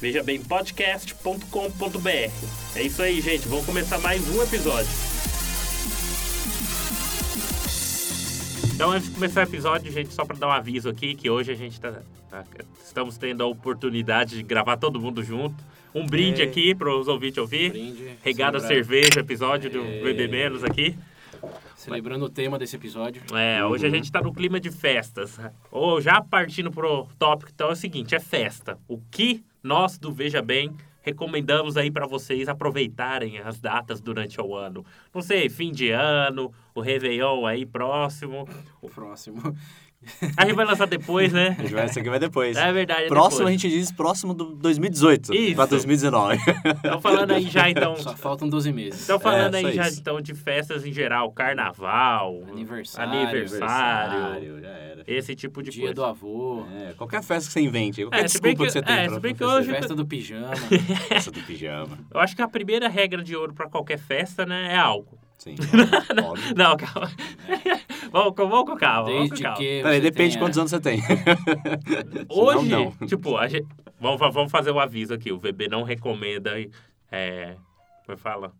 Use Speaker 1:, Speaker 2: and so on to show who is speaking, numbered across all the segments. Speaker 1: vejabempodcast.com.br. É isso aí, gente, vamos começar mais um episódio. Então, antes de começar o episódio, gente, só para dar um aviso aqui, que hoje a gente tá, tá- estamos tendo a oportunidade de gravar todo mundo junto. Um brinde
Speaker 2: É. Um
Speaker 1: aqui para os ouvintes ouvir.
Speaker 2: Brinde.
Speaker 1: Regada
Speaker 2: Celebrar-
Speaker 1: cerveja, episódio do
Speaker 2: É.
Speaker 1: Bebê Menos aqui.
Speaker 2: Celebrando o tema desse episódio.
Speaker 1: É, hoje a gente tá no clima de festas. Ou já partindo pro tópico, então é o seguinte, é festa. O que nós do Veja Bem recomendamos aí para vocês aproveitarem as datas durante o ano. Não sei, fim de ano, o Réveillon aí próximo.
Speaker 2: O próximo.
Speaker 1: A gente vai lançar depois, né?
Speaker 3: A gente vai- Essa aqui vai depois.
Speaker 1: É verdade. é
Speaker 3: próximo a
Speaker 1: depois.
Speaker 3: gente diz próximo do 2018
Speaker 1: Isso.
Speaker 3: pra 2019.
Speaker 1: Então falando aí já então.
Speaker 2: Só faltam 12 meses.
Speaker 1: Então falando
Speaker 3: É, só
Speaker 1: aí já
Speaker 3: isso.
Speaker 1: então de festas em geral, carnaval,
Speaker 2: Aniversário.
Speaker 1: aniversário,
Speaker 3: já era.
Speaker 1: esse tipo de
Speaker 2: Dia do
Speaker 1: coisa.
Speaker 2: avô.
Speaker 3: É, qualquer festa que você invente,
Speaker 1: É,
Speaker 3: qualquer
Speaker 1: se bem que-
Speaker 3: desculpa que, você tem
Speaker 1: é,
Speaker 3: pra
Speaker 1: se bem que
Speaker 3: fazer
Speaker 1: hoje-
Speaker 2: Festa do pijama.
Speaker 1: Tá
Speaker 3: festa do pijama.
Speaker 1: Eu acho que a primeira regra de ouro pra qualquer festa, né, é álcool.
Speaker 3: Sim. óbvio.
Speaker 1: Não, calma. vamos, com- vamos com calma. vamos com
Speaker 2: Desde
Speaker 1: calma.
Speaker 2: que.
Speaker 3: Peraí,
Speaker 2: você
Speaker 3: depende
Speaker 1: é.
Speaker 2: tenha-
Speaker 3: de quantos anos você tem.
Speaker 1: Hoje,
Speaker 3: Não, não.
Speaker 1: tipo, a gente- vamos, fa- vamos fazer o aviso aqui. O VB não recomenda. É, como fala?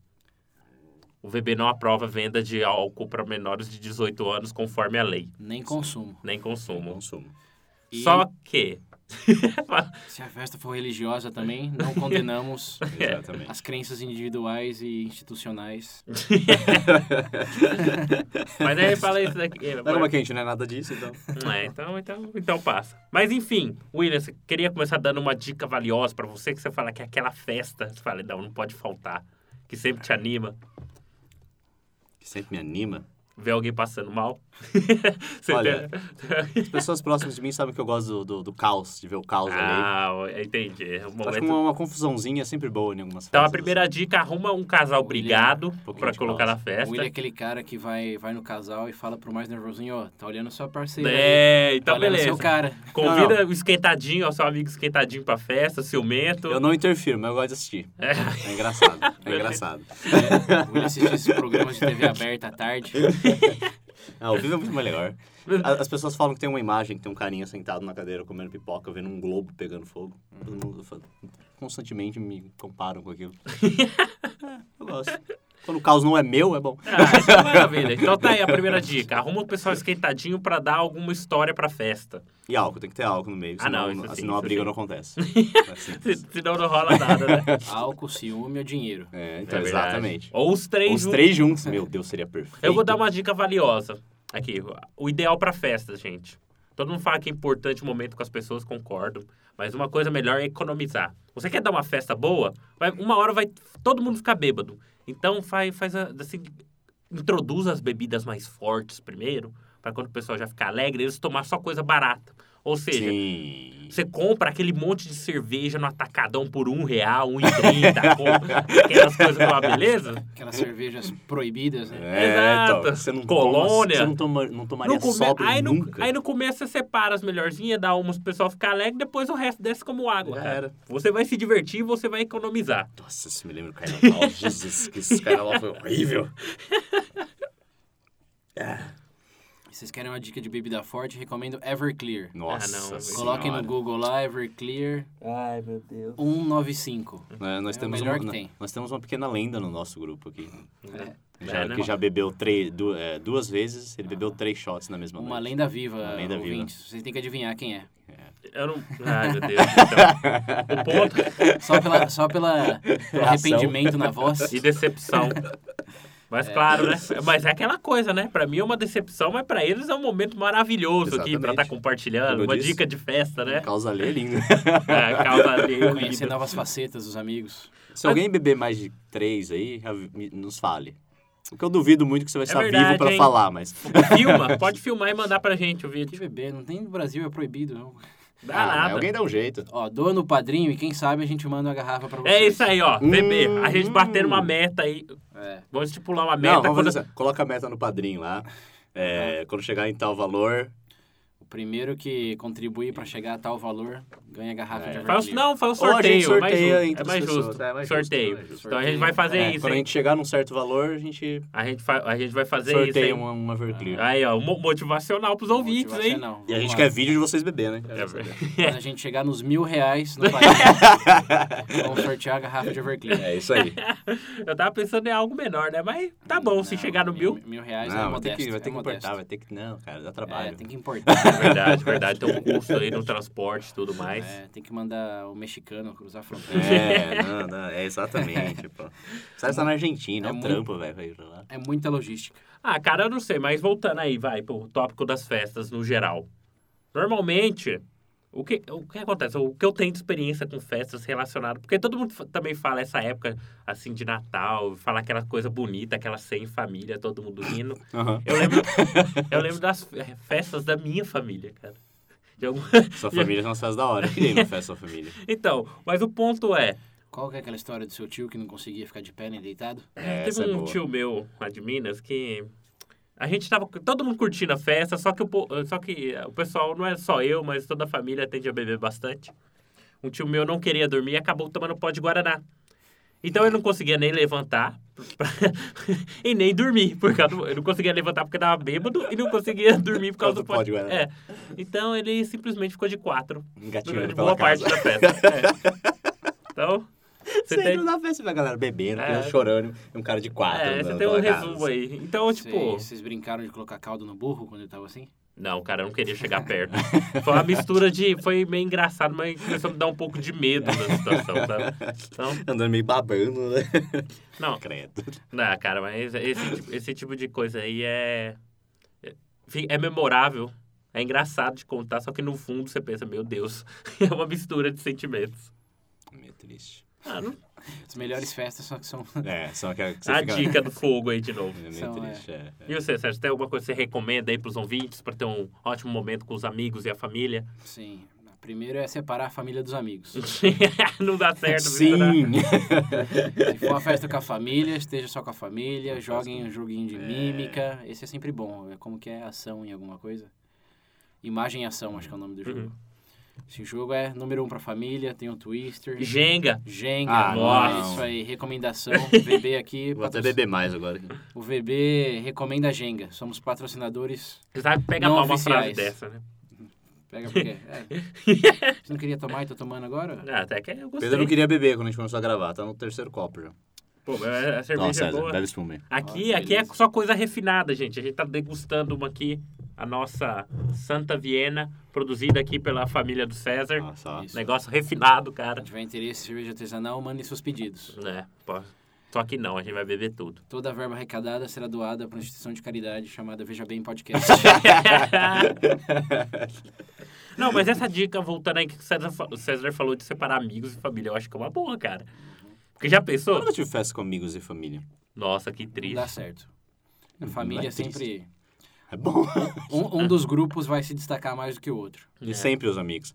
Speaker 1: O VB não aprova venda de álcool para menores de 18 anos conforme a lei,
Speaker 2: Nem consumo.
Speaker 1: nem consumo.
Speaker 3: Consumo.
Speaker 2: E
Speaker 1: Só que.
Speaker 2: se a festa for religiosa também, não condenamos
Speaker 1: É.
Speaker 3: Exatamente.
Speaker 1: Tá
Speaker 2: as crenças individuais e institucionais.
Speaker 1: Mas aí fala isso daqui.
Speaker 3: Não, como é que a gente não é nada disso, então.
Speaker 1: É, então, então, então passa. Mas enfim, William, você queria começar dando uma dica valiosa pra você, que você fala que é aquela festa, você fala, não, não pode faltar, que sempre te anima,
Speaker 3: Que sempre me anima.
Speaker 1: ver alguém passando mal. Você
Speaker 3: Olha,
Speaker 1: tem-
Speaker 3: As pessoas próximas de mim sabem que eu gosto do, do, do caos, de ver o caos ali.
Speaker 1: Ah, entendi. É um
Speaker 3: Acho que
Speaker 1: momento...
Speaker 3: tá uma, uma confusãozinha é sempre boa em algumas festas. assim.
Speaker 1: Então a primeira dica, arruma um casal
Speaker 2: William,
Speaker 1: brigado
Speaker 3: pouquinho
Speaker 1: pra
Speaker 3: de
Speaker 1: colocar na
Speaker 3: pausa.
Speaker 2: O
Speaker 1: festa.
Speaker 2: Will é aquele cara que vai, vai no casal e fala pro mais nervosinho, ó, tá olhando sua parceira. aí,
Speaker 1: É,
Speaker 2: tá
Speaker 1: então
Speaker 2: olhando
Speaker 1: beleza.
Speaker 2: seu cara.
Speaker 1: Convida o esquentadinho, o seu amigo esquentadinho pra festa, ciumento.
Speaker 3: Eu não interfiro, mas eu gosto de assistir.
Speaker 1: É.
Speaker 3: É engraçado, é engraçado.
Speaker 2: É, O Will assiste esses programas de TV aberta à tarde.
Speaker 3: Ah, ao vivo é muito mais melhor. A- As pessoas falam que tem uma imagem, que tem um carinha sentado na cadeira comendo pipoca, vendo um globo pegando fogo. Todo mundo fala- constantemente me comparam com aquilo. É, eu gosto. Quando o caos não é meu, é bom.
Speaker 1: Ah, então maravilha. Então tá aí a primeira dica. Arruma o pessoal esquentadinho pra dar alguma história pra festa.
Speaker 3: E álcool, tem que ter álcool no meio,
Speaker 1: Ah, não,
Speaker 3: senão,
Speaker 1: isso sim,
Speaker 3: senão a
Speaker 1: isso
Speaker 3: briga
Speaker 1: sim.
Speaker 3: não acontece. É,
Speaker 1: Se-
Speaker 3: simples.
Speaker 1: Senão não rola nada, né?
Speaker 2: Álcool, ciúme ou dinheiro.
Speaker 3: É,
Speaker 1: É
Speaker 3: então,
Speaker 1: verdade.
Speaker 3: exatamente.
Speaker 1: Ou os três.
Speaker 3: Os
Speaker 1: juntos.
Speaker 3: três juntos, meu Deus, seria perfeito.
Speaker 1: Eu vou dar uma dica valiosa. Aqui, o ideal pra festa, gente. Todo mundo fala que é importante o momento com as pessoas, concordo. Mas uma coisa melhor é economizar. Você quer dar uma festa boa? Vai- uma hora vai todo mundo ficar bêbado. Então faz, faz a- assim, introduz as bebidas mais fortes primeiro, pra quando o pessoal já ficar alegre, eles tomar só coisa barata. Ou seja,
Speaker 3: Sim.
Speaker 1: Você compra aquele monte de cerveja no atacadão por um real, um e trinta, compra aquelas coisas lá, beleza?
Speaker 2: Aquelas cervejas proibidas, né?
Speaker 3: É, então,
Speaker 1: Exato.
Speaker 3: você não
Speaker 1: Colônia.
Speaker 3: Toma, você não, toma, não tomaria
Speaker 1: No come-
Speaker 3: sóbrio
Speaker 1: aí, no,
Speaker 3: nunca.
Speaker 1: aí no começo você separa as melhorzinhas, dá umas pro pessoal ficar alegre, depois o resto desce como água.
Speaker 3: Já
Speaker 1: cara.
Speaker 3: era.
Speaker 1: Você vai se divertir e você vai economizar.
Speaker 3: Nossa, isso me lembra do carnaval. Jesus, que esse carnaval foi horrível. Ah,
Speaker 1: Ah,
Speaker 2: Vocês querem uma dica de bebida forte? Recomendo Everclear.
Speaker 3: Nossa,
Speaker 1: Ah, não,
Speaker 2: Coloquem no Google lá, Everclear
Speaker 1: Ai, meu Deus.
Speaker 2: 195.
Speaker 3: Google. Né, nós,
Speaker 2: É o
Speaker 3: temos
Speaker 2: melhor
Speaker 3: uma,
Speaker 2: que tem.
Speaker 3: nós temos uma pequena lenda no nosso grupo aqui. Já-
Speaker 1: É, né?
Speaker 3: que já bebeu três, du- é, duas vezes, ele bebeu três shots na mesma
Speaker 2: Uma
Speaker 3: noite.
Speaker 2: lenda viva,
Speaker 3: Uma lenda viva.
Speaker 2: ouvintes. Vocês têm que adivinhar quem é.
Speaker 1: Eu não... Ai, meu Deus. Então, o ponto
Speaker 2: Só pela, só pela pelo arrependimento na voz.
Speaker 1: e decepção. Mas claro, né? Mas é aquela coisa, né? Pra mim é uma decepção, mas pra eles é um momento maravilhoso aqui pra
Speaker 3: Exatamente.
Speaker 1: estar compartilhando.
Speaker 3: Como eu
Speaker 1: uma
Speaker 3: disse,
Speaker 1: dica de festa, né?
Speaker 3: Causa lei é lindo.
Speaker 1: É, causa alheia,
Speaker 2: Conhecer
Speaker 1: vida.
Speaker 2: novas facetas dos amigos.
Speaker 3: Se alguém beber mais de três aí, já me- nos fale. O que eu duvido muito que você vai estar
Speaker 1: É verdade,
Speaker 3: vivo pra
Speaker 1: hein?
Speaker 3: falar, mas...
Speaker 1: Filma, pode filmar e mandar pra gente o
Speaker 2: Que
Speaker 1: vídeo.
Speaker 2: bebê, não tem no Brasil, é proibido. Não.
Speaker 1: Dá
Speaker 3: Ah, mas
Speaker 1: nada.
Speaker 3: Alguém dá um jeito.
Speaker 2: Ó, doa no padrinho e quem sabe a gente manda uma garrafa pra vocês.
Speaker 1: É isso aí, ó. Bebê, a gente
Speaker 3: Hum.
Speaker 1: bater uma meta aí.
Speaker 2: É.
Speaker 1: Vamos estipular uma meta.
Speaker 3: Não, vamos
Speaker 1: quando-
Speaker 3: fazer assim, Coloca a meta no padrinho lá. É, Quando chegar em tal valor,
Speaker 2: O primeiro que contribuir pra chegar a tal valor ganha a garrafa
Speaker 3: É.
Speaker 2: de
Speaker 1: Faz,
Speaker 2: Everclear.
Speaker 1: não, faz um
Speaker 3: Ou a
Speaker 1: sorteio.
Speaker 3: gente sorteia
Speaker 1: mais justo,
Speaker 3: entre
Speaker 1: é mais
Speaker 3: as pessoas,
Speaker 1: justo.
Speaker 3: é mais justo,
Speaker 1: sorteio.
Speaker 3: é mais justo.
Speaker 1: Então a gente vai fazer
Speaker 3: é,
Speaker 1: isso,
Speaker 3: quando a
Speaker 1: hein?
Speaker 3: gente chegar num certo valor, a gente
Speaker 1: A gente, fa- a gente vai fazer isso,
Speaker 3: sorteia
Speaker 1: hein?
Speaker 3: uma, uma Everclear.
Speaker 1: Aí, ó, mo- motivacional pros ouvintes, hein?
Speaker 2: Motivacional.
Speaker 3: E a
Speaker 2: Vamos
Speaker 3: gente
Speaker 2: lá.
Speaker 3: quer vídeo de vocês né? bebendo, hein?
Speaker 1: É verdade.
Speaker 2: Quando a gente chegar nos mil reais no padrinho, vamos sortear a garrafa de Everclear.
Speaker 3: É isso aí.
Speaker 1: Eu tava pensando em algo menor, né? Mas tá bom, se
Speaker 2: Não,
Speaker 1: chegar no mil.
Speaker 2: Mil reais é
Speaker 3: Não, vai ter
Speaker 2: modesto.
Speaker 3: que, vai ter
Speaker 2: é
Speaker 3: que
Speaker 2: modesto.
Speaker 3: importar, vai ter que... Não, cara, dá
Speaker 2: É,
Speaker 3: trabalho.
Speaker 2: tem que importar.
Speaker 1: Verdade, verdade. Tem um custo aí no transporte e tudo mais.
Speaker 2: É, tem que mandar o mexicano cruzar a fronteira.
Speaker 3: É, não, não, é exatamente, pô. Você está na Argentina, é
Speaker 2: É
Speaker 3: um
Speaker 2: muito-
Speaker 3: trampo, velho, pra ir pra lá.
Speaker 2: É muita logística.
Speaker 1: Ah, cara, eu não sei, mas voltando aí, vai, pro tópico das festas no geral. Normalmente, o que, o que acontece? O que eu tenho de experiência com festas relacionadas. Porque todo mundo fa- também fala essa época, assim, de Natal, fala aquela coisa bonita, aquela ceia em família, todo mundo rindo. Eu lembro, eu lembro das fe- festas da minha família, cara. De algum-
Speaker 3: Sua família são as festas da hora. Eu queria ir na festa da sua família.
Speaker 1: Então, mas o ponto é.
Speaker 2: Qual que é aquela história do seu tio que não conseguia ficar de pé nem deitado?
Speaker 1: É,
Speaker 3: Essa
Speaker 1: teve
Speaker 3: é
Speaker 1: um
Speaker 3: boa.
Speaker 1: tio meu lá de Minas que a gente tava todo mundo curtindo a festa, só que o, po- só que o pessoal não é só eu, mas toda a família tende a beber bastante. Um tio meu não queria dormir e acabou tomando pó de guaraná. Então ele não conseguia nem levantar pra- e nem dormir, por causa do, eu não conseguia levantar porque tava bêbado e não conseguia dormir por causa do pó de guaraná. É. Então ele simplesmente ficou de quatro durante
Speaker 3: Engatinhando pela
Speaker 1: boa
Speaker 3: casa.
Speaker 1: parte da festa. É. Então, você
Speaker 3: Você
Speaker 1: tem
Speaker 3: indo na festa, a galera bebendo,
Speaker 1: É.
Speaker 3: criança chorando, e um cara de quatro.
Speaker 1: É, você
Speaker 3: andando
Speaker 1: tem um
Speaker 3: pela casa.
Speaker 1: resumo aí. Então, tipo.
Speaker 2: Vocês, vocês brincaram de colocar caldo no burro quando ele tava assim?
Speaker 1: Não, cara, eu não queria chegar perto. Foi uma mistura de. Foi meio engraçado, mas começou a me dar um pouco de medo da situação, sabe? Então,
Speaker 3: Andando meio babando, né?
Speaker 1: não.
Speaker 3: Credo.
Speaker 1: Não, cara, mas esse, tipo- esse tipo de coisa aí é. é- enfim, É memorável. É engraçado de contar, só que no fundo você pensa, meu Deus, é uma mistura de sentimentos.
Speaker 3: Meio triste.
Speaker 1: Ah, não-
Speaker 2: As melhores festas só que são...
Speaker 3: É, só aquela que você
Speaker 1: A
Speaker 3: fica...
Speaker 1: dica do fogo aí de novo.
Speaker 3: É meio
Speaker 2: São,
Speaker 3: triste, é.
Speaker 1: E você, Sérgio, tem alguma coisa que você recomenda aí pros ouvintes pra ter um ótimo momento com os amigos e a família?
Speaker 2: Sim. A primeira é separar a família dos amigos.
Speaker 1: não dá certo, misturar.
Speaker 3: Sim!
Speaker 2: Se for uma festa com a família, esteja só com a família, joguem um joguinho de mímica. Esse é sempre bom. É como que é ação em alguma coisa. Imagem e ação, acho que é o nome do jogo.
Speaker 1: Uhum.
Speaker 2: Esse jogo é número um pra família, tem o Twister.
Speaker 1: Jenga.
Speaker 2: Jenga,
Speaker 3: Ah,
Speaker 2: nossa,
Speaker 3: não.
Speaker 2: isso aí, recomendação. VB aqui.
Speaker 3: Vou até
Speaker 2: patro-
Speaker 3: beber mais agora.
Speaker 2: O VB recomenda a Jenga. Somos patrocinadores.
Speaker 1: Você sabe que pega
Speaker 2: Não
Speaker 1: mal uma frase
Speaker 2: oficiais.
Speaker 1: dessa, né?
Speaker 2: Pega porque. É. Você não queria tomar e tá tomando agora?
Speaker 1: Ah, até que eu gostei.
Speaker 3: Pedro não queria beber quando a gente começou a gravar, tá no terceiro copo já.
Speaker 1: Pô, mas a cerveja
Speaker 3: Nossa,
Speaker 1: é boa.
Speaker 3: César, bebe espuma aí.
Speaker 1: Aqui,
Speaker 2: Nossa,
Speaker 1: aqui é
Speaker 2: beleza.
Speaker 1: só coisa refinada, gente. A gente tá degustando uma aqui, a nossa Santa Viena, produzida aqui pela família do César.
Speaker 3: Nossa, ó.
Speaker 2: Isso.
Speaker 1: Negócio refinado,
Speaker 2: Se
Speaker 1: cara.
Speaker 2: tiver interesse em cerveja artesanal, mandem seus pedidos.
Speaker 1: Né? pô. Só que não, a gente vai beber tudo.
Speaker 2: Toda a verba arrecadada será doada para uma instituição de caridade chamada Veja Bem Podcast.
Speaker 1: não, mas essa dica, voltando aí, que o César, fa- o César falou de separar amigos e família, eu acho que é uma boa, cara. Porque já
Speaker 3: Eu
Speaker 1: pensou?
Speaker 3: nunca tive festa com amigos e família.
Speaker 1: Nossa, que
Speaker 2: Não
Speaker 1: triste.
Speaker 2: dá certo. A
Speaker 3: Não
Speaker 2: família
Speaker 3: é triste.
Speaker 2: sempre.
Speaker 3: É bom.
Speaker 2: Um, um dos grupos vai se destacar mais do que o outro.
Speaker 3: E sempre os amigos.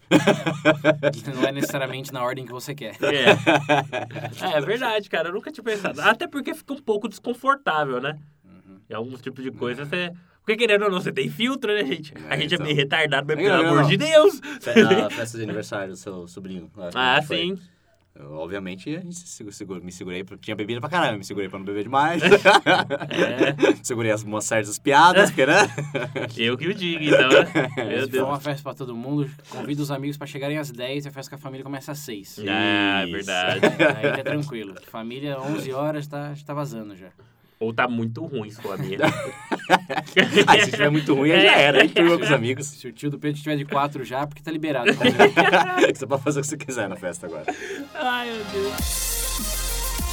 Speaker 2: Não é necessariamente na ordem que você quer.
Speaker 1: É. é verdade, cara. Eu nunca tinha pensado. Até porque fica um pouco desconfortável, né?
Speaker 3: Uhum.
Speaker 1: Em alguns tipos de coisa você. Porque querendo ou não, você tem filtro, né, gente? a
Speaker 3: É,
Speaker 1: gente
Speaker 3: então.
Speaker 1: é meio retardado, mas
Speaker 3: Não,
Speaker 1: pelo
Speaker 3: não,
Speaker 1: amor
Speaker 3: não.
Speaker 1: de Deus!
Speaker 3: Fe- A festa de aniversário do seu sobrinho. lá que a
Speaker 1: ah,
Speaker 3: gente foi.
Speaker 1: sim.
Speaker 3: Eu, obviamente, a gente se segura, segura- me segurei. pra- Tinha bebida pra caramba, me segurei pra não beber demais. segurei as, umas certas piadas, porque, né?
Speaker 1: É, Eu que o digo, então. né? Meu
Speaker 2: Se for uma
Speaker 1: Deus.
Speaker 2: festa para todo mundo, convida os amigos para chegarem às 10 e a festa com a família começa às 6.
Speaker 3: um
Speaker 1: Ah, é
Speaker 3: Isso.
Speaker 1: verdade.
Speaker 2: Aí tá tranquilo. Família, 11 horas, tá, tá vazando já.
Speaker 1: Ou tá muito ruim sua amiga.
Speaker 3: Aí, se tiver muito ruim, aí já era. Aí turma com os amigos.
Speaker 2: Se o tio do Pedro tiver de 4 já, porque tá liberado.
Speaker 3: Você pode fazer o que você quiser na festa agora.
Speaker 1: Ai, meu Deus.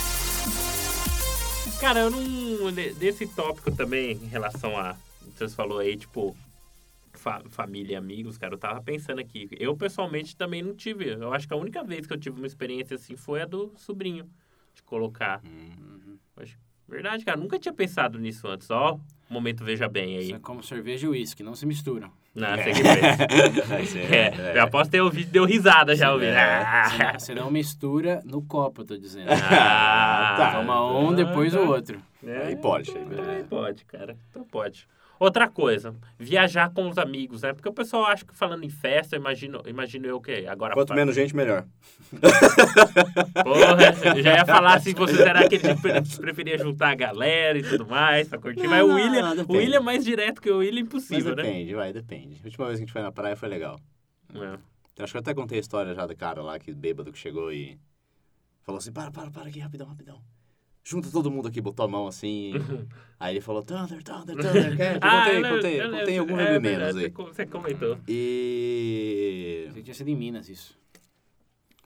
Speaker 1: Cara, eu não. ne- Desse tópico também, em relação a. Vocês falou aí, tipo. fa- família e amigos, cara, eu tava pensando aqui. Eu, pessoalmente, também não tive. Eu acho que a única vez que eu tive uma experiência assim foi a do sobrinho. De colocar. Verdade, cara, nunca tinha pensado nisso antes. Ó, momento veja bem aí.
Speaker 2: Isso é como cerveja e uísque, não se misturam.
Speaker 3: Ah,
Speaker 1: Não,
Speaker 3: É.
Speaker 1: tem que ver.
Speaker 3: Vai ser,
Speaker 1: É, já posso ter ouvido, deu risada já ouvindo.
Speaker 2: Você
Speaker 1: Ah,
Speaker 2: não, você não mistura no copo, eu tô dizendo.
Speaker 3: Ah, tá.
Speaker 2: Toma um, depois o outro.
Speaker 1: É,
Speaker 3: Aí pode, né? aí
Speaker 1: então-
Speaker 3: beleza.
Speaker 1: Aí pode, cara. Então pode. Outra coisa, viajar com os amigos, né? Porque o pessoal acha que falando em festa, eu imagino, imagino eu que agora...
Speaker 3: Quanto menos gente, melhor.
Speaker 1: Porra, eu já ia falar se você era aquele tipo que preferia juntar a galera e tudo mais pra curtir. Mas o
Speaker 3: Não,
Speaker 1: William,
Speaker 3: não,
Speaker 1: o
Speaker 3: depende.
Speaker 1: William é mais direto que o William, é
Speaker 3: Mas
Speaker 1: impossível, né?
Speaker 3: depende, vai, depende. A última vez que a gente foi na praia foi legal.
Speaker 1: É.
Speaker 3: Eu acho que eu até contei a história já do cara lá, que bêbado que chegou e falou assim: para, para, para aqui, rapidão, rapidão. Junta todo mundo aqui, botou a mão assim. aí ele falou: Thunder, Thunder, Thunder. Quer?
Speaker 1: Ah,
Speaker 3: contei,
Speaker 1: eu lembro-
Speaker 3: contei,
Speaker 1: eu lembro.
Speaker 3: contei alguns
Speaker 1: É
Speaker 3: bebimentos
Speaker 1: verdade,
Speaker 3: aí.
Speaker 1: você com- Você comentou.
Speaker 3: E.
Speaker 2: Você tinha sido em Minas isso.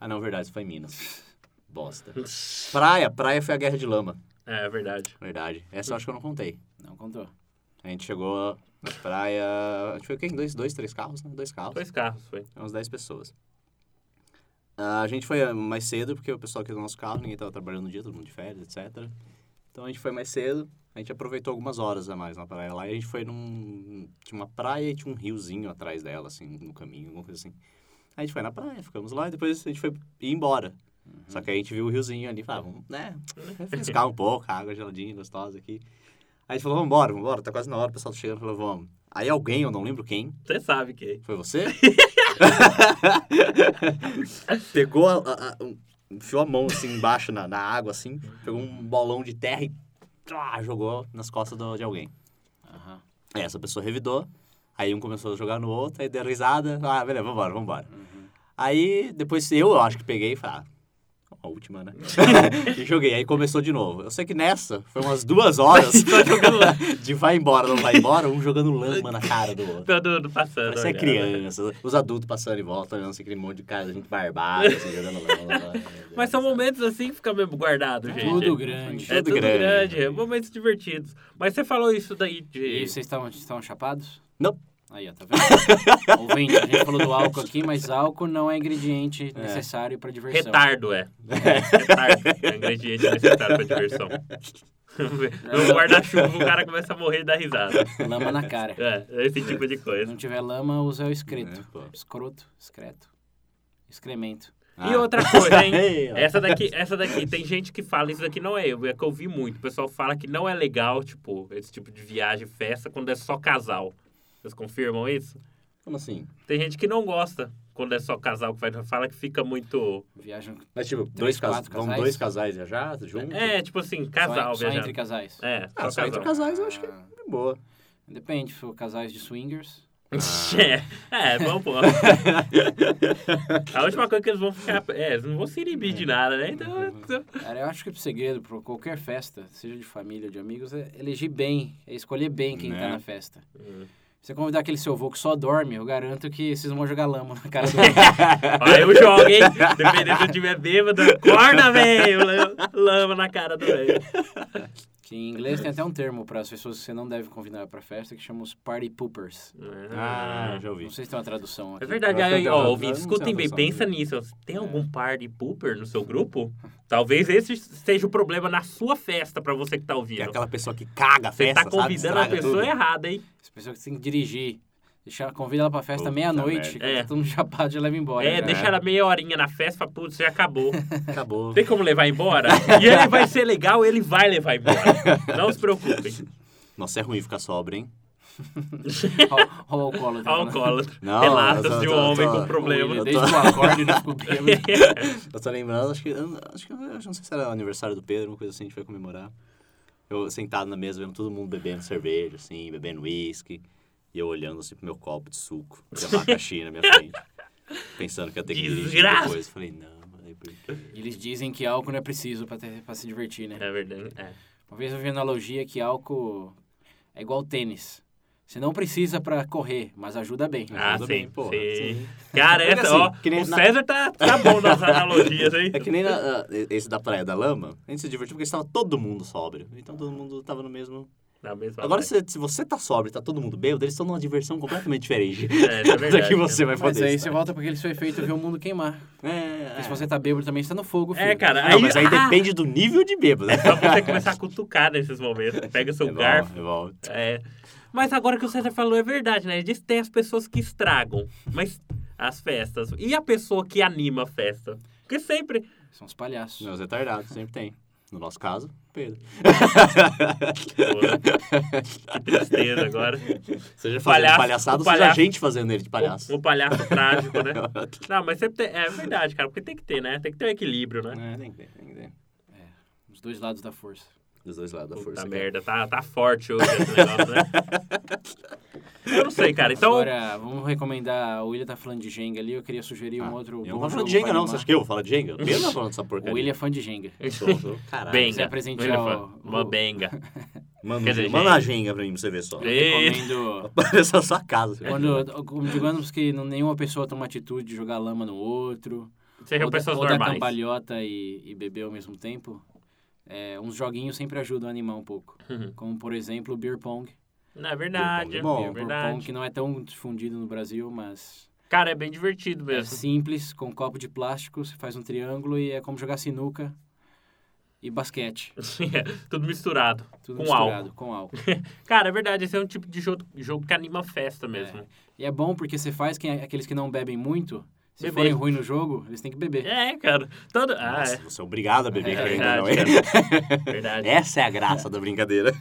Speaker 3: Ah, não, verdade, isso foi em Minas. Bosta. Praia, praia foi a guerra de lama.
Speaker 1: É, é verdade.
Speaker 3: Verdade. Essa eu acho que eu não contei.
Speaker 2: Não contou.
Speaker 3: A gente chegou na praia. A gente foi o quê? Em Dois, dois, três carros, né? Dois carros.
Speaker 1: Dois carros, foi.
Speaker 3: É Uns 10 pessoas. Ah, A gente foi ah, mais cedo, porque o pessoal quis o nosso carro, ninguém tava trabalhando no dia, todo mundo de férias, etc. Então a gente foi mais cedo, a gente aproveitou algumas horas a mais na praia lá, e a gente foi num... Tinha uma praia e tinha um riozinho atrás dela, assim, no caminho, alguma coisa assim. A gente foi na praia, ficamos lá, e depois a gente foi ir embora. Só que aí a gente viu o riozinho ali, falava, vamos, né, refrescar um pouco, a água geladinha, gostosa aqui. Aí a gente falou, vambora, vambora, tá quase na hora, o pessoal tá chegando, falou, vamos. Aí alguém, eu não lembro quem,
Speaker 1: Você sabe que
Speaker 3: foi você? pegou a, a- a- um- enfiou a mão assim embaixo na, na água, assim, pegou um bolão de terra e tlá, jogou nas costas do- de alguém.
Speaker 2: Aham.
Speaker 3: Aí essa pessoa revidou, aí um começou a jogar no outro, aí deram risada, ah, beleza, vambora, vambora. Aí depois eu, eu acho que peguei e falei, ah, a última, né? e joguei, aí começou de novo. Eu sei que nessa foi umas duas horas de vai embora, não vai embora, um jogando lama na cara do outro.
Speaker 1: todo mundo tá passando. né?
Speaker 3: Você é
Speaker 1: olhando.
Speaker 3: criança, os adultos passando em volta, olhando assim, aquele monte de cara, gente barbada, assim, jogando lama.
Speaker 1: Mas são momentos assim que fica mesmo guardado, gente.
Speaker 2: Tá Tudo grande.
Speaker 1: É tudo,
Speaker 3: Tudo
Speaker 1: grande.
Speaker 3: grande.
Speaker 1: momentos divertidos. Mas você falou isso daí de.
Speaker 2: E vocês estavam, estavam chapados?
Speaker 3: Não.
Speaker 2: Aí, ó, tá vendo? Ouvinte, a gente falou do álcool aqui, mas álcool não é ingrediente necessário pra diversão.
Speaker 1: Retardo, é. Retardo. É um ingrediente necessário pra diversão. No guarda-chuva, o cara começa a morrer e dar risada.
Speaker 2: Lama na cara.
Speaker 1: É, esse tipo de
Speaker 2: Se
Speaker 1: coisa.
Speaker 2: não tiver lama, usa o excreto.
Speaker 3: É, pô.
Speaker 2: Escroto, excreto. Excremento.
Speaker 1: E
Speaker 3: Ah,
Speaker 1: outra coisa, hein? Essa daqui, essa daqui, tem gente que fala, isso daqui não é eu, é que eu vi muito. O pessoal fala que não é legal, tipo, esse tipo de viagem, festa, quando é só casal. Vocês confirmam isso?
Speaker 3: Como assim?
Speaker 1: Tem gente que não gosta quando é só casal que vai, fala que fica muito.
Speaker 2: Viajam
Speaker 3: Mas tipo, dois, cas...
Speaker 2: quatro
Speaker 3: vão
Speaker 2: casais?
Speaker 3: dois casais viajar juntos?
Speaker 1: É, tipo assim, casal
Speaker 2: só, só
Speaker 1: viajando.
Speaker 2: entre casais.
Speaker 1: É, só
Speaker 3: Ah, só entre
Speaker 1: casal.
Speaker 3: casais eu acho que é
Speaker 2: Ah,
Speaker 3: de boa.
Speaker 2: Depende, se for casais de swingers.
Speaker 1: É, é, bom pô. A última coisa que eles vão ficar. É, eles não vão se inibir de nada, né? Então.
Speaker 2: Cara, eu acho que o segredo para qualquer festa, seja de família ou de amigos, é eleger bem, é escolher bem quem tá
Speaker 3: Né?
Speaker 2: na festa.
Speaker 1: Hum.
Speaker 2: Você convidar aquele seu avô que só dorme, eu garanto que vocês não vão jogar lama na cara do
Speaker 1: Aí eu jogo, hein? Dependendo do time é bêbado, acorda, velho! Lama- Lama na cara do velho.
Speaker 2: Que em inglês tem até um termo para as pessoas que você não deve convidar para festa que chama os party poopers.
Speaker 3: Ah, já ouvi.
Speaker 2: Não sei se tem uma tradução aqui.
Speaker 1: É verdade,
Speaker 3: Eu acho que
Speaker 1: aí,
Speaker 3: eu
Speaker 1: ó,
Speaker 3: tenho
Speaker 1: ouvintes,
Speaker 3: razão,
Speaker 1: escutem
Speaker 3: não
Speaker 1: bem,
Speaker 3: tenho
Speaker 1: pensa
Speaker 3: razão.
Speaker 1: nisso. Tem
Speaker 3: É.
Speaker 1: algum par de pooper no seu grupo? Talvez esse seja o problema na sua festa pra você que tá
Speaker 3: E
Speaker 1: ouvindo.
Speaker 3: aquela pessoa que caga a
Speaker 1: Você
Speaker 3: festa,
Speaker 1: tá convidando
Speaker 3: sabe?
Speaker 1: a
Speaker 3: Estraga
Speaker 1: pessoa
Speaker 3: tudo.
Speaker 1: errada, hein?
Speaker 2: Essa pessoa que tem que dirigir. Deixa, convida ela pra festa
Speaker 3: Puta
Speaker 2: meia-noite,
Speaker 3: merda.
Speaker 2: quando
Speaker 1: É.
Speaker 2: tá todo mundo chapado já leva embora.
Speaker 1: É,
Speaker 2: já.
Speaker 1: deixa ela meia horinha na festa, fala, putz, já acabou.
Speaker 3: Acabou.
Speaker 1: Tem como levar embora? E ele vai ser legal, ele vai levar embora. Não se preocupem.
Speaker 3: Nossa, é ruim ficar sobra, hein?
Speaker 2: Olha o alcoólatra. né?
Speaker 1: Alcoólatra.
Speaker 3: Não, eu
Speaker 1: Relatos
Speaker 3: tô-
Speaker 1: de um
Speaker 3: tô-
Speaker 1: homem
Speaker 3: tô-
Speaker 1: com problema.
Speaker 2: Ele, Desde que eu acorde, ele ficou bêbado.
Speaker 3: Eu tô lembrando, acho que, eu- acho que eu não sei se era o aniversário do Pedro, uma coisa assim, a gente foi comemorar. Eu sentado na mesa, vendo todo mundo bebendo cerveja, assim, bebendo uísque. E eu olhando, assim, pro meu copo de suco de abacaxi na minha frente. Pensando que ia ter que dirigir
Speaker 1: Desgraça!
Speaker 3: depois. Falei, não, falei, por quê?
Speaker 2: Eles dizem que álcool não é preciso pra, ter, pra se divertir, né?
Speaker 1: É verdade. É.
Speaker 2: Uma vez eu vi a analogia que álcool é igual tênis. Você não precisa pra correr, mas ajuda bem.
Speaker 1: Ah,
Speaker 3: Tudo
Speaker 1: sim,
Speaker 3: bem, porra,
Speaker 1: sim.
Speaker 3: sim.
Speaker 1: Cara,
Speaker 3: Porque
Speaker 1: essa,
Speaker 3: assim,
Speaker 1: ó,
Speaker 3: que nem
Speaker 1: o
Speaker 3: na-
Speaker 1: César tá, tá bom nas analogias, hein?
Speaker 3: É que nem na- na- esse da Praia da Lama, a gente se divertiu porque estava todo mundo sóbrio. Então todo mundo tava no mesmo
Speaker 1: Na mesma
Speaker 3: Agora,
Speaker 1: vibe.
Speaker 3: se, se você tá sóbrio e tá todo mundo bêbado, eles estão numa diversão completamente diferente
Speaker 1: É, isso é
Speaker 3: da que
Speaker 1: verdade.
Speaker 3: você vai
Speaker 2: Mas
Speaker 3: fazer.
Speaker 2: aí você volta pra aquele seu efeito ver o mundo queimar.
Speaker 3: É,
Speaker 2: Porque se
Speaker 3: é.
Speaker 2: você tá bêbado também, você tá no fogo, filho.
Speaker 1: É, cara,
Speaker 3: Não, mas aí
Speaker 1: ah,
Speaker 3: depende do nível de bêbado. né?
Speaker 1: Só você começar a cutucar nesses momentos. Pega seu garfo. É. Mas agora que o César falou é verdade, né? Ele disse que tem as pessoas que estragam. Mas as festas. E a pessoa que anima a festa? Porque sempre.
Speaker 2: São os palhaços.
Speaker 3: Não, os retardados, sempre tem. No nosso caso, Pedro.
Speaker 1: Pô, que tristeza agora.
Speaker 3: Seja fazendo
Speaker 1: Palhaço,
Speaker 3: palhaçada,
Speaker 1: o
Speaker 3: seja
Speaker 1: palhaço.
Speaker 3: a gente fazendo ele de palhaço.
Speaker 1: O, o palhaço trágico, né? Não, mas sempre tem... é verdade, cara. Porque tem que ter, né? Tem que ter um equilíbrio, né?
Speaker 3: É, tem que ter, tem que ter.
Speaker 2: Os dois lados da força.
Speaker 3: Dos dois lados da
Speaker 1: Puta
Speaker 3: força. cara.
Speaker 1: merda, tá, tá forte hoje esse negócio, né? Eu não sei, cara. Então,
Speaker 2: Agora, vamos recomendar. O William tá falando de Jenga ali, eu queria sugerir um
Speaker 3: Ah,
Speaker 2: outro.
Speaker 3: Eu
Speaker 2: bom
Speaker 3: não vou falar
Speaker 2: jogo
Speaker 3: de Jenga,
Speaker 2: pra
Speaker 3: não.
Speaker 2: animar.
Speaker 3: Você acha que eu vou falar de Jenga? Eu não vou falar dessa porcaria.
Speaker 2: O William é fã de Jenga.
Speaker 3: Sou, sou. Caralho.
Speaker 2: Você
Speaker 1: benga.
Speaker 2: apresente
Speaker 1: Ele
Speaker 2: já
Speaker 1: fala,
Speaker 2: o-
Speaker 1: Uma
Speaker 2: o-
Speaker 1: benga.
Speaker 3: Manda,
Speaker 1: Quer dizer,
Speaker 3: manda a Jenga pra mim, pra você ver só.
Speaker 2: Eu
Speaker 1: Ê.
Speaker 2: recomendo.
Speaker 3: Parece a sua casa. você vai ver.
Speaker 2: Quando, como digamos que não- nenhuma pessoa toma atitude de jogar lama no outro,
Speaker 1: Sejam
Speaker 2: ou, da-
Speaker 1: pessoas
Speaker 2: ou dar
Speaker 1: é normais.
Speaker 2: cambalhota e, e beber ao mesmo tempo, é, uns joguinhos sempre ajudam a animar um pouco.
Speaker 1: Uhum.
Speaker 2: Como, por exemplo, o beer pong.
Speaker 1: Não, é verdade,
Speaker 3: Bom,
Speaker 1: é
Speaker 2: O beer pong
Speaker 1: verdade.
Speaker 2: que não é tão difundido no Brasil, mas
Speaker 1: Cara, é bem divertido
Speaker 2: é
Speaker 1: mesmo.
Speaker 2: simples, com um copo de plástico, você faz um triângulo e é como jogar sinuca e basquete.
Speaker 1: Assim, é, Tudo misturado.
Speaker 2: Tudo
Speaker 1: Com
Speaker 2: misturado,
Speaker 1: álcool.
Speaker 2: com álcool.
Speaker 1: Cara, é verdade, esse é um tipo de jogo, jogo que anima a festa mesmo.
Speaker 2: E é bom porque você faz que aqueles que não bebem muito, se
Speaker 1: Beber.
Speaker 2: forem ruim no jogo, eles têm que beber.
Speaker 1: É, cara. Todo... Ah,
Speaker 3: Nossa,
Speaker 1: é.
Speaker 3: você é obrigado a beber,
Speaker 2: É
Speaker 3: querendo ou não.
Speaker 1: verdade,
Speaker 3: é?
Speaker 1: Verdade.
Speaker 3: Essa é a graça da brincadeira.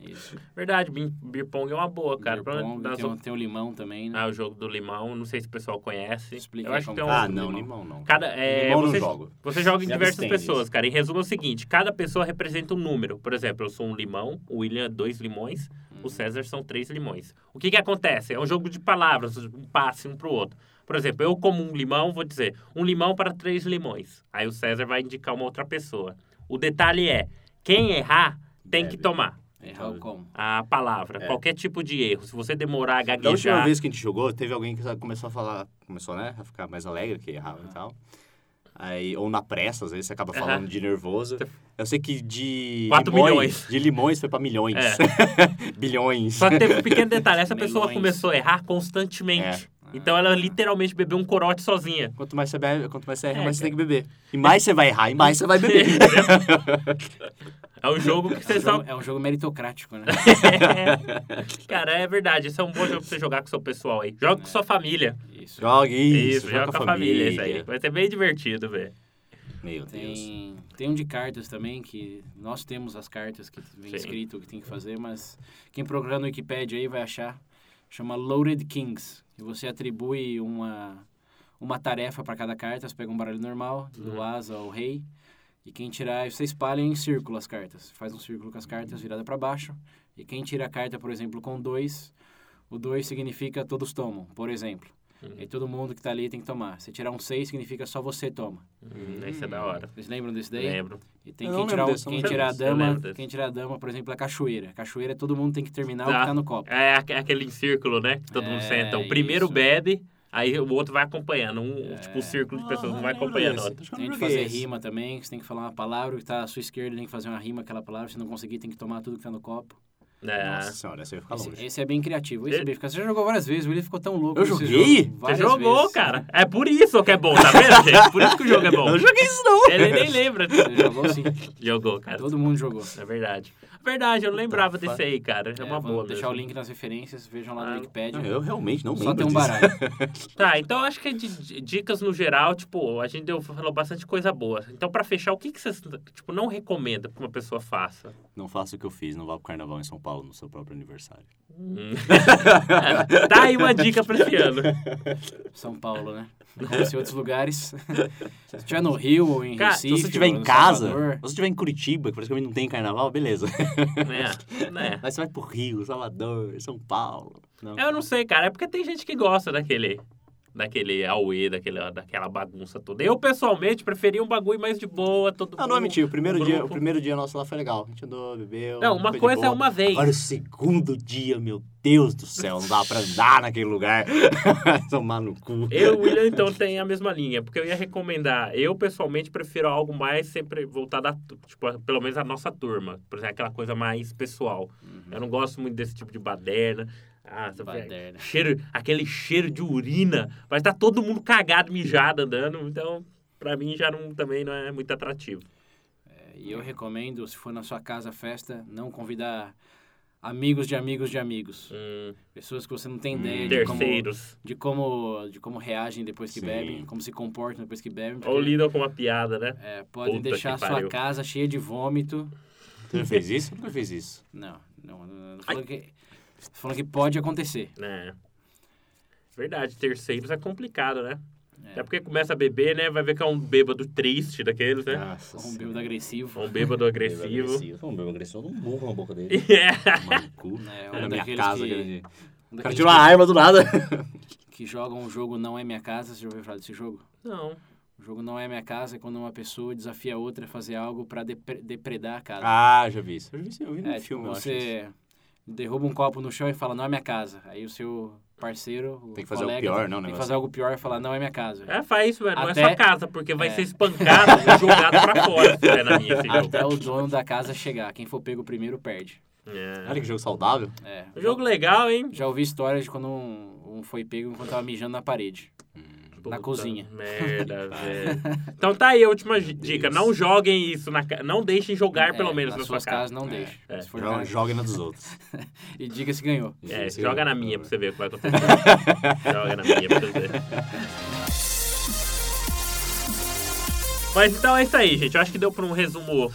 Speaker 2: Isso.
Speaker 1: Verdade, bin- beer pong é uma boa, É. cara.
Speaker 2: Beer
Speaker 1: Pra-
Speaker 2: pong,
Speaker 1: das-
Speaker 2: tem, um o- tem o limão também, né?
Speaker 1: Ah, o jogo do limão, não sei se o pessoal conhece.
Speaker 2: Explica
Speaker 1: Eu
Speaker 2: aí
Speaker 1: acho que tem
Speaker 2: como
Speaker 1: um...
Speaker 3: Ah,
Speaker 2: do
Speaker 3: não,
Speaker 2: limão.
Speaker 3: limão não.
Speaker 1: Cada, é,
Speaker 3: limão
Speaker 1: você,
Speaker 3: não um jogo.
Speaker 1: Você joga em
Speaker 3: Se
Speaker 1: diversas
Speaker 3: abstém
Speaker 1: pessoas,
Speaker 3: disso.
Speaker 1: cara. Em resumo é o seguinte, cada pessoa representa um número. Por exemplo, eu sou um limão, o William é dois limões,
Speaker 3: Hum.
Speaker 1: o César são três limões. O que que acontece? É um jogo de palavras, um passe um pro outro. Por exemplo, eu como um limão, vou dizer um limão para três limões. Aí o César vai indicar uma outra pessoa. O detalhe é, quem errar tem que
Speaker 3: Bebe.
Speaker 1: tomar
Speaker 2: Errar
Speaker 1: Então,
Speaker 2: o É, como.
Speaker 1: a palavra, qualquer tipo de erro. Se você demorar a
Speaker 3: É. Da última
Speaker 1: gaguejar...
Speaker 3: vez que a gente jogou, teve alguém que começou a falar, começou, né, a ficar mais alegre, que errava e tal. Aí, ou na pressa, às vezes você acaba falando de nervoso. Eu sei que de
Speaker 1: Tá. Quatro
Speaker 3: limões,
Speaker 1: milhões. É.
Speaker 3: de limões foi pra milhões. Bilhões.
Speaker 1: Só que teve um pequeno detalhe, essa
Speaker 2: Melões.
Speaker 1: pessoa começou a errar constantemente.
Speaker 3: É.
Speaker 2: Ah.
Speaker 1: Então
Speaker 3: Ah.
Speaker 1: ela literalmente bebeu um corote sozinha.
Speaker 3: Quanto mais você bebe, quanto mais você erra,
Speaker 1: É,
Speaker 3: mais você
Speaker 1: cara.
Speaker 3: tem que beber. E mais você vai errar, e mais você vai beber.
Speaker 1: É um jogo que
Speaker 2: É um
Speaker 1: você só.
Speaker 2: jogo, é um jogo meritocrático, né?
Speaker 1: Cara, é verdade. Esse é um bom jogo pra você jogar com seu pessoal aí. Joga com sua família.
Speaker 2: Isso.
Speaker 3: Jogue isso,
Speaker 1: Isso, joga com a família. é Isso aí. Vai ser bem divertido, velho.
Speaker 3: Meu Deus.
Speaker 2: Tem, tem um de cartas também, que nós temos as cartas que vem
Speaker 1: Sim.
Speaker 2: escrito o que tem que fazer, mas quem procurar no Wikipedia aí vai achar. Chama Loaded Kings. E você atribui uma, uma tarefa para cada carta. Você pega um baralho normal, do asa ou rei. E quem tirar, você espalha em círculo as cartas. Faz um círculo com as cartas virada para baixo. E quem tira a carta, por exemplo, com dois, o dois significa todos tomam, por exemplo. E todo mundo que tá ali tem que tomar. Se tirar um seis, significa só você toma.
Speaker 1: Hum, esse é da hora.
Speaker 2: Vocês lembram desse daí?
Speaker 1: Lembro.
Speaker 2: E tem
Speaker 3: Eu
Speaker 2: quem
Speaker 3: não
Speaker 2: tirar,
Speaker 3: lembro
Speaker 2: o-
Speaker 3: desse, eu
Speaker 2: quem
Speaker 3: não
Speaker 2: tirar a
Speaker 1: lembro desse, eu lembro
Speaker 2: dama,
Speaker 1: desse.
Speaker 2: quem tirar a dama, por exemplo, é a cachoeira. Cachoeira, todo mundo tem que terminar o
Speaker 1: Tá.
Speaker 2: que tá no copo.
Speaker 1: É aque- aquele círculo, né? Que todo mundo
Speaker 2: É,
Speaker 1: senta. O primeiro
Speaker 2: isso.
Speaker 1: bebe, aí o outro vai acompanhando. Um, Tipo, um círculo de pessoas não vai acompanhando. o outro.
Speaker 2: Tem que fazer rima também, que você tem que falar uma palavra que tá à sua esquerda, tem que fazer uma rima aquela palavra, se não conseguir, tem que tomar tudo que tá no copo.
Speaker 1: É.
Speaker 3: Nossa senhora, essa eu ia ficar
Speaker 2: Esse,
Speaker 3: longe.
Speaker 2: esse é bem criativo, esse
Speaker 1: Eu-
Speaker 2: é bem eficaz. Você já jogou várias vezes, o William ficou tão louco.
Speaker 3: Eu
Speaker 2: nesse
Speaker 3: joguei?
Speaker 2: Jogo,
Speaker 1: Você
Speaker 2: várias
Speaker 1: jogou,
Speaker 2: vezes.
Speaker 1: cara. É por isso que é bom, tá vendo, gente? Por isso que o jogo é
Speaker 3: Eu
Speaker 1: bom.
Speaker 3: não joguei isso, não.
Speaker 1: Ele nem lembra.
Speaker 2: Você jogou sim,
Speaker 1: Jogou, cara.
Speaker 2: todo mundo jogou.
Speaker 1: É verdade. Verdade, eu não lembrava desse aí, cara. É
Speaker 2: É,
Speaker 1: uma
Speaker 2: vou
Speaker 1: boa.
Speaker 2: deixar
Speaker 1: mesmo.
Speaker 2: o link nas referências, vejam lá
Speaker 1: Ah,
Speaker 2: no
Speaker 3: Não,
Speaker 2: Wikipedia.
Speaker 3: Eu realmente não
Speaker 2: Só
Speaker 3: lembro
Speaker 2: tem um
Speaker 3: disso.
Speaker 2: baralho.
Speaker 1: Tá, então acho que de- de- dicas no geral, tipo, a gente deu, falou bastante coisa boa. Então, pra fechar, o que, que vocês, tipo, não recomenda que uma pessoa faça?
Speaker 3: Não faça o que eu fiz, não vá pro carnaval em São Paulo no seu próprio aniversário.
Speaker 1: Hum. Dá aí uma dica pra esse ano.
Speaker 2: São Paulo, né? Como se outros lugares. se estiver no Rio ou em
Speaker 1: Cara, se
Speaker 2: Recife.
Speaker 3: Se você estiver
Speaker 2: ou
Speaker 3: em
Speaker 2: no
Speaker 3: casa,
Speaker 2: Salvador,
Speaker 3: se você estiver em Curitiba, que praticamente não tem carnaval, beleza.
Speaker 1: Né? Né?
Speaker 3: Mas você vai pro Rio, Salvador, São Paulo. Não.
Speaker 1: Eu não sei, cara. É porque tem gente que gosta daquele. daquele auê, daquele, daquela bagunça toda. Eu, pessoalmente, preferia um bagulho mais de boa, todo
Speaker 3: Ah,
Speaker 1: mundo.
Speaker 3: não é mentira. O primeiro,
Speaker 1: um
Speaker 3: dia, o
Speaker 1: grupo.
Speaker 3: primeiro dia nosso lá foi legal. A gente andou, bebeu.
Speaker 1: Não, uma
Speaker 3: foi de
Speaker 1: coisa é
Speaker 3: boa.
Speaker 1: uma vez.
Speaker 3: Agora o segundo dia, meu Deus do céu, não dá pra andar naquele lugar. Tomar no cu.
Speaker 1: Eu e o William, então, tem a mesma linha, porque eu ia recomendar. Eu, pessoalmente, prefiro algo mais sempre voltado a, tu- tipo, a- pelo menos a nossa turma. Por exemplo, aquela coisa mais pessoal. Eu não gosto muito desse tipo de baderna. Ah, você vai-
Speaker 2: Baderna.
Speaker 1: Cheiro, aquele cheiro de urina. Vai estar todo mundo cagado, mijado, andando. Então, pra mim, já não, também não é muito atrativo.
Speaker 2: É, E eu recomendo, se for na sua casa festa, não convidar amigos de amigos de amigos.
Speaker 1: Hum,
Speaker 2: Pessoas que você não tem ideia de como,
Speaker 1: terceiros.
Speaker 2: de, como, de como reagem depois que
Speaker 3: Sim.
Speaker 2: bebem, como se comportam depois que bebem.
Speaker 1: Ou
Speaker 2: porque,
Speaker 1: lidam com uma piada, né?
Speaker 2: é, podem
Speaker 1: Puta
Speaker 2: deixar
Speaker 1: que
Speaker 2: a sua
Speaker 1: pariu.
Speaker 2: casa cheia de vômito.
Speaker 3: Você já fez isso? Eu nunca fiz isso.
Speaker 2: Não, não, não, não, não falando, que, falando que pode acontecer.
Speaker 1: É. Verdade, terceiros é complicado, né?
Speaker 2: É.
Speaker 1: É porque começa a beber, né? Vai ver que é um bêbado triste daqueles, né?
Speaker 3: Nossa
Speaker 2: Um bêbado agressivo.
Speaker 1: Um bêbado
Speaker 3: Bêbado
Speaker 1: agressivo.
Speaker 3: Não, bêbado agressivo, eu dou um burro na boca dele.
Speaker 1: É.
Speaker 3: Tomar no cu.
Speaker 2: É, um
Speaker 3: Era minha
Speaker 2: daqueles
Speaker 3: casa,
Speaker 2: que- Um
Speaker 3: grande. O cara
Speaker 2: daqueles
Speaker 3: tirou a arma do nada.
Speaker 2: que, que jogam um jogo Não É Minha Casa. Você já ouviu falar desse jogo?
Speaker 1: Não.
Speaker 2: O jogo Não É Minha Casa é quando uma pessoa desafia a outra a fazer algo pra depre- depredar a casa.
Speaker 3: Ah, já vi isso. Eu já vi isso. Eu vi no
Speaker 2: É,
Speaker 3: filme,
Speaker 2: tipo,
Speaker 3: eu acho isso.
Speaker 2: você derruba um copo no chão e fala, não é minha casa. Aí o seu parceiro, o
Speaker 3: Tem que fazer algo
Speaker 2: colega,
Speaker 3: pior, não,
Speaker 2: Tem
Speaker 3: o
Speaker 2: que
Speaker 3: negócio.
Speaker 2: fazer algo pior e falar, não é minha casa.
Speaker 1: É, faz isso, velho. Não
Speaker 2: Até-
Speaker 1: é sua casa, porque vai ser espancado e jogado pra fora se tiver na minha esse jogo.
Speaker 2: Até o dono da casa chegar. Quem for pego primeiro, perde.
Speaker 1: É.
Speaker 3: Olha que jogo saudável.
Speaker 2: É.
Speaker 1: Jogo legal, hein?
Speaker 2: Já ouvi histórias de quando um, um foi pego enquanto tava mijando na parede.
Speaker 1: Puta
Speaker 2: cozinha.
Speaker 1: Merda, velho. Então tá aí a última dica. Não joguem isso na casa. Não deixem jogar,
Speaker 2: É,
Speaker 1: pelo menos,
Speaker 2: nas
Speaker 1: na sua
Speaker 2: suas
Speaker 1: casa.
Speaker 2: casas, não deixe.
Speaker 1: é.
Speaker 2: Se for
Speaker 3: Joga,
Speaker 2: jogar-
Speaker 3: um joga na dos outros.
Speaker 2: E diga se ganhou.
Speaker 1: É,
Speaker 3: Esse
Speaker 1: joga
Speaker 3: eu-
Speaker 1: na minha pra você ver o que vai acontecer. joga na minha pra você ver. Mas então é isso aí, gente. Eu acho que deu pra um resumo.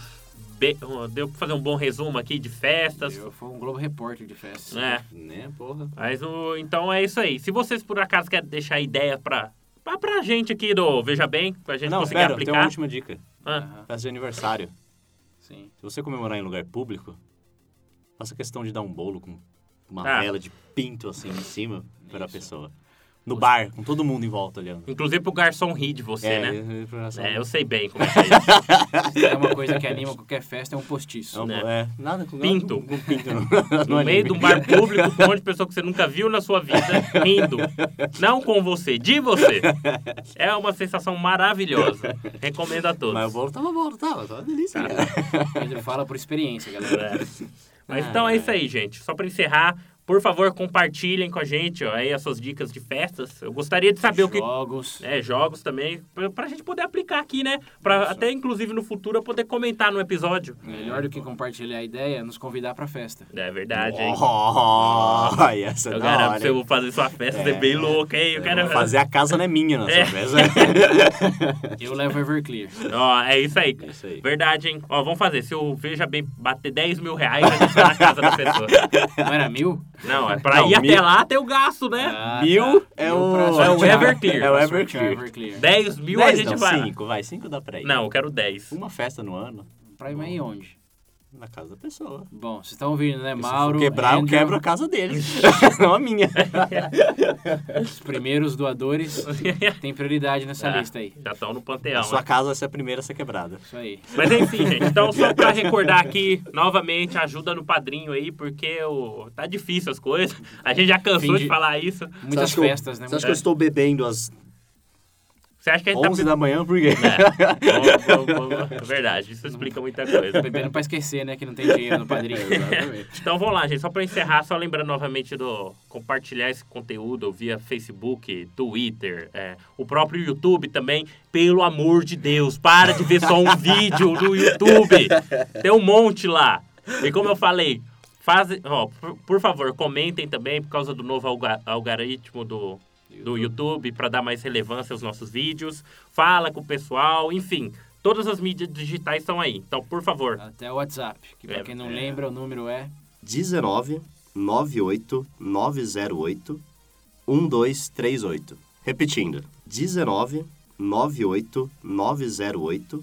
Speaker 1: be- um- Deu pra fazer um bom resumo aqui de festas.
Speaker 2: Eu fui um Globo Repórter de festa.
Speaker 1: né?
Speaker 3: Né, porra.
Speaker 1: Mas o- então é isso aí. Se vocês por acaso querem deixar ideia pra, pra, pra gente aqui do Veja Bem, pra gente
Speaker 3: Não,
Speaker 1: conseguir
Speaker 3: espera, tem um uma
Speaker 1: aplicar.
Speaker 3: última dica.
Speaker 1: Ah,
Speaker 2: Aham,
Speaker 3: Festa de aniversário.
Speaker 2: sim.
Speaker 3: Se você comemorar em lugar público, faça questão de dar um bolo com uma
Speaker 1: Ah.
Speaker 3: vela de pinto assim em cima para a
Speaker 2: Isso.
Speaker 3: pessoa. No bar, com todo mundo em volta olhando.
Speaker 1: inclusive pro garçom rir de você, né?
Speaker 3: é, pra essa-
Speaker 1: É, eu sei bem como é que é isso.
Speaker 2: Se é uma coisa que anima qualquer festa, é um postiço.
Speaker 3: é um-
Speaker 1: né?
Speaker 3: é, nada com
Speaker 1: Pinto.
Speaker 3: nada com- com pinto não.
Speaker 1: No
Speaker 3: é Não
Speaker 1: meio
Speaker 3: anime.
Speaker 1: de um bar público, com um monte de pessoa que você nunca viu na sua vida, rindo. Não com você, de você. É uma sensação maravilhosa. Recomendo a todos.
Speaker 3: Mas o bolo tava bom, não tava, tava uma delícia. cara.
Speaker 2: Pedro fala por experiência, galera.
Speaker 1: É. Mas então é isso aí, gente. Só pra encerrar, por favor, compartilhem com a gente ó, aí as suas dicas de festas. Eu gostaria de saber o que.
Speaker 2: Jogos.
Speaker 1: É, jogos também, pra- pra gente poder aplicar aqui, né? Pra até, inclusive, no futuro eu poder comentar no episódio.
Speaker 2: Melhor do que
Speaker 1: então.
Speaker 2: compartilhar a ideia é nos convidar pra festa.
Speaker 1: É verdade, hein?
Speaker 3: Oh, essa é
Speaker 1: Eu
Speaker 3: da
Speaker 1: garanto
Speaker 3: hora.
Speaker 1: que eu
Speaker 3: hein?
Speaker 1: vou fazer sua festa,
Speaker 3: É.
Speaker 1: você é bem louca, hein? Eu quero
Speaker 3: Vou Fazer a casa não é minha nessa
Speaker 1: É.
Speaker 3: vez.
Speaker 2: Eu levo Everclear.
Speaker 1: Ó, é isso aí.
Speaker 3: É isso aí.
Speaker 1: Verdade, hein? Ó, vamos fazer. Se o Veja Bem bater 10 mil reais, a gente vai na casa da pessoa.
Speaker 2: Não era mil?
Speaker 1: Não, é pra
Speaker 3: Não,
Speaker 1: ir até
Speaker 3: mil-
Speaker 1: lá tem o gasto, né?
Speaker 2: Ah,
Speaker 3: Mil
Speaker 2: tá.
Speaker 3: é
Speaker 2: Mil
Speaker 3: o-
Speaker 2: pra
Speaker 3: é o
Speaker 2: sortear.
Speaker 1: Everclear.
Speaker 2: Pra
Speaker 3: É o
Speaker 2: sortear
Speaker 3: Everclear.
Speaker 1: 10 mil a
Speaker 3: Dez
Speaker 1: gente
Speaker 3: não,
Speaker 1: vai. lá.
Speaker 3: Cinco, vai, cinco dá pra ir.
Speaker 1: Não, eu quero 10.
Speaker 3: Uma festa no ano,
Speaker 2: Pra ir aí onde?
Speaker 3: na casa da pessoa.
Speaker 2: Bom, vocês estão ouvindo, né?
Speaker 3: Se
Speaker 2: Mauro,
Speaker 3: for quebrar, eu
Speaker 2: Andrew,
Speaker 3: quebro a casa dele. não a minha.
Speaker 1: É,
Speaker 2: os primeiros doadores tem prioridade nessa
Speaker 1: Ah,
Speaker 2: lista aí.
Speaker 1: Já estão no
Speaker 3: A
Speaker 1: panteão.
Speaker 3: sua
Speaker 1: né?
Speaker 3: casa vai ser a primeira a ser quebrada.
Speaker 2: Isso aí.
Speaker 1: Mas enfim, gente. Então, só pra recordar aqui, novamente, ajuda no padrinho aí, porque o... tá difícil as coisas. A gente já cansou
Speaker 2: Fim
Speaker 1: de
Speaker 2: de-
Speaker 1: falar isso.
Speaker 2: Muitas
Speaker 3: Você acha que eu-
Speaker 2: festas, né?
Speaker 3: Você
Speaker 2: Muitas...
Speaker 3: acha que eu estou bebendo às
Speaker 1: Você acha que a gente
Speaker 3: 11 da manhã? Por quê?
Speaker 1: tá. Bom, bom, bom, bom. Verdade, isso explica muita coisa.
Speaker 2: Bebendo pra esquecer, né? Que não tem dinheiro no padrinho.
Speaker 3: É,
Speaker 1: Então vamos lá, gente. Só para encerrar, só lembrando novamente do compartilhar esse conteúdo via Facebook, Twitter, é, o próprio YouTube também. Pelo amor de Deus, para de ver só um vídeo no YouTube. Tem um monte lá. E como eu falei, fazem, ó, por, por favor, comentem também por causa do novo alga- algoritmo do do YouTube para dar mais relevância aos nossos vídeos. Fala com o pessoal, enfim, todas as mídias digitais estão aí. Então, por favor,
Speaker 2: Até o WhatsApp, que pra
Speaker 1: É,
Speaker 2: quem não
Speaker 1: é.
Speaker 2: lembra, o número é...
Speaker 3: 19 98 908 1238. Repetindo. 19 98 908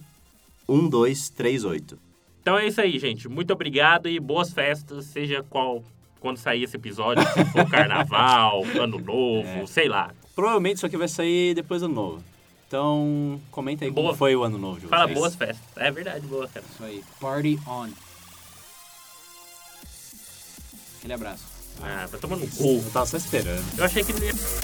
Speaker 3: 1238.
Speaker 1: Então é isso aí, gente. Muito obrigado e boas festas, seja qual quando sair esse episódio, se for carnaval, ano novo, sei lá.
Speaker 3: Provavelmente isso aqui vai sair depois do ano novo. Então, comenta aí
Speaker 1: Boa.
Speaker 3: como foi o ano novo de vocês.
Speaker 1: Fala boas festas. É verdade, boa cara.
Speaker 2: Isso aí. Party on. Aquele abraço.
Speaker 1: Ah, tá tomando um cu. Ah, tá
Speaker 3: Eu tava só esperando.
Speaker 1: um Eu achei que ele ia...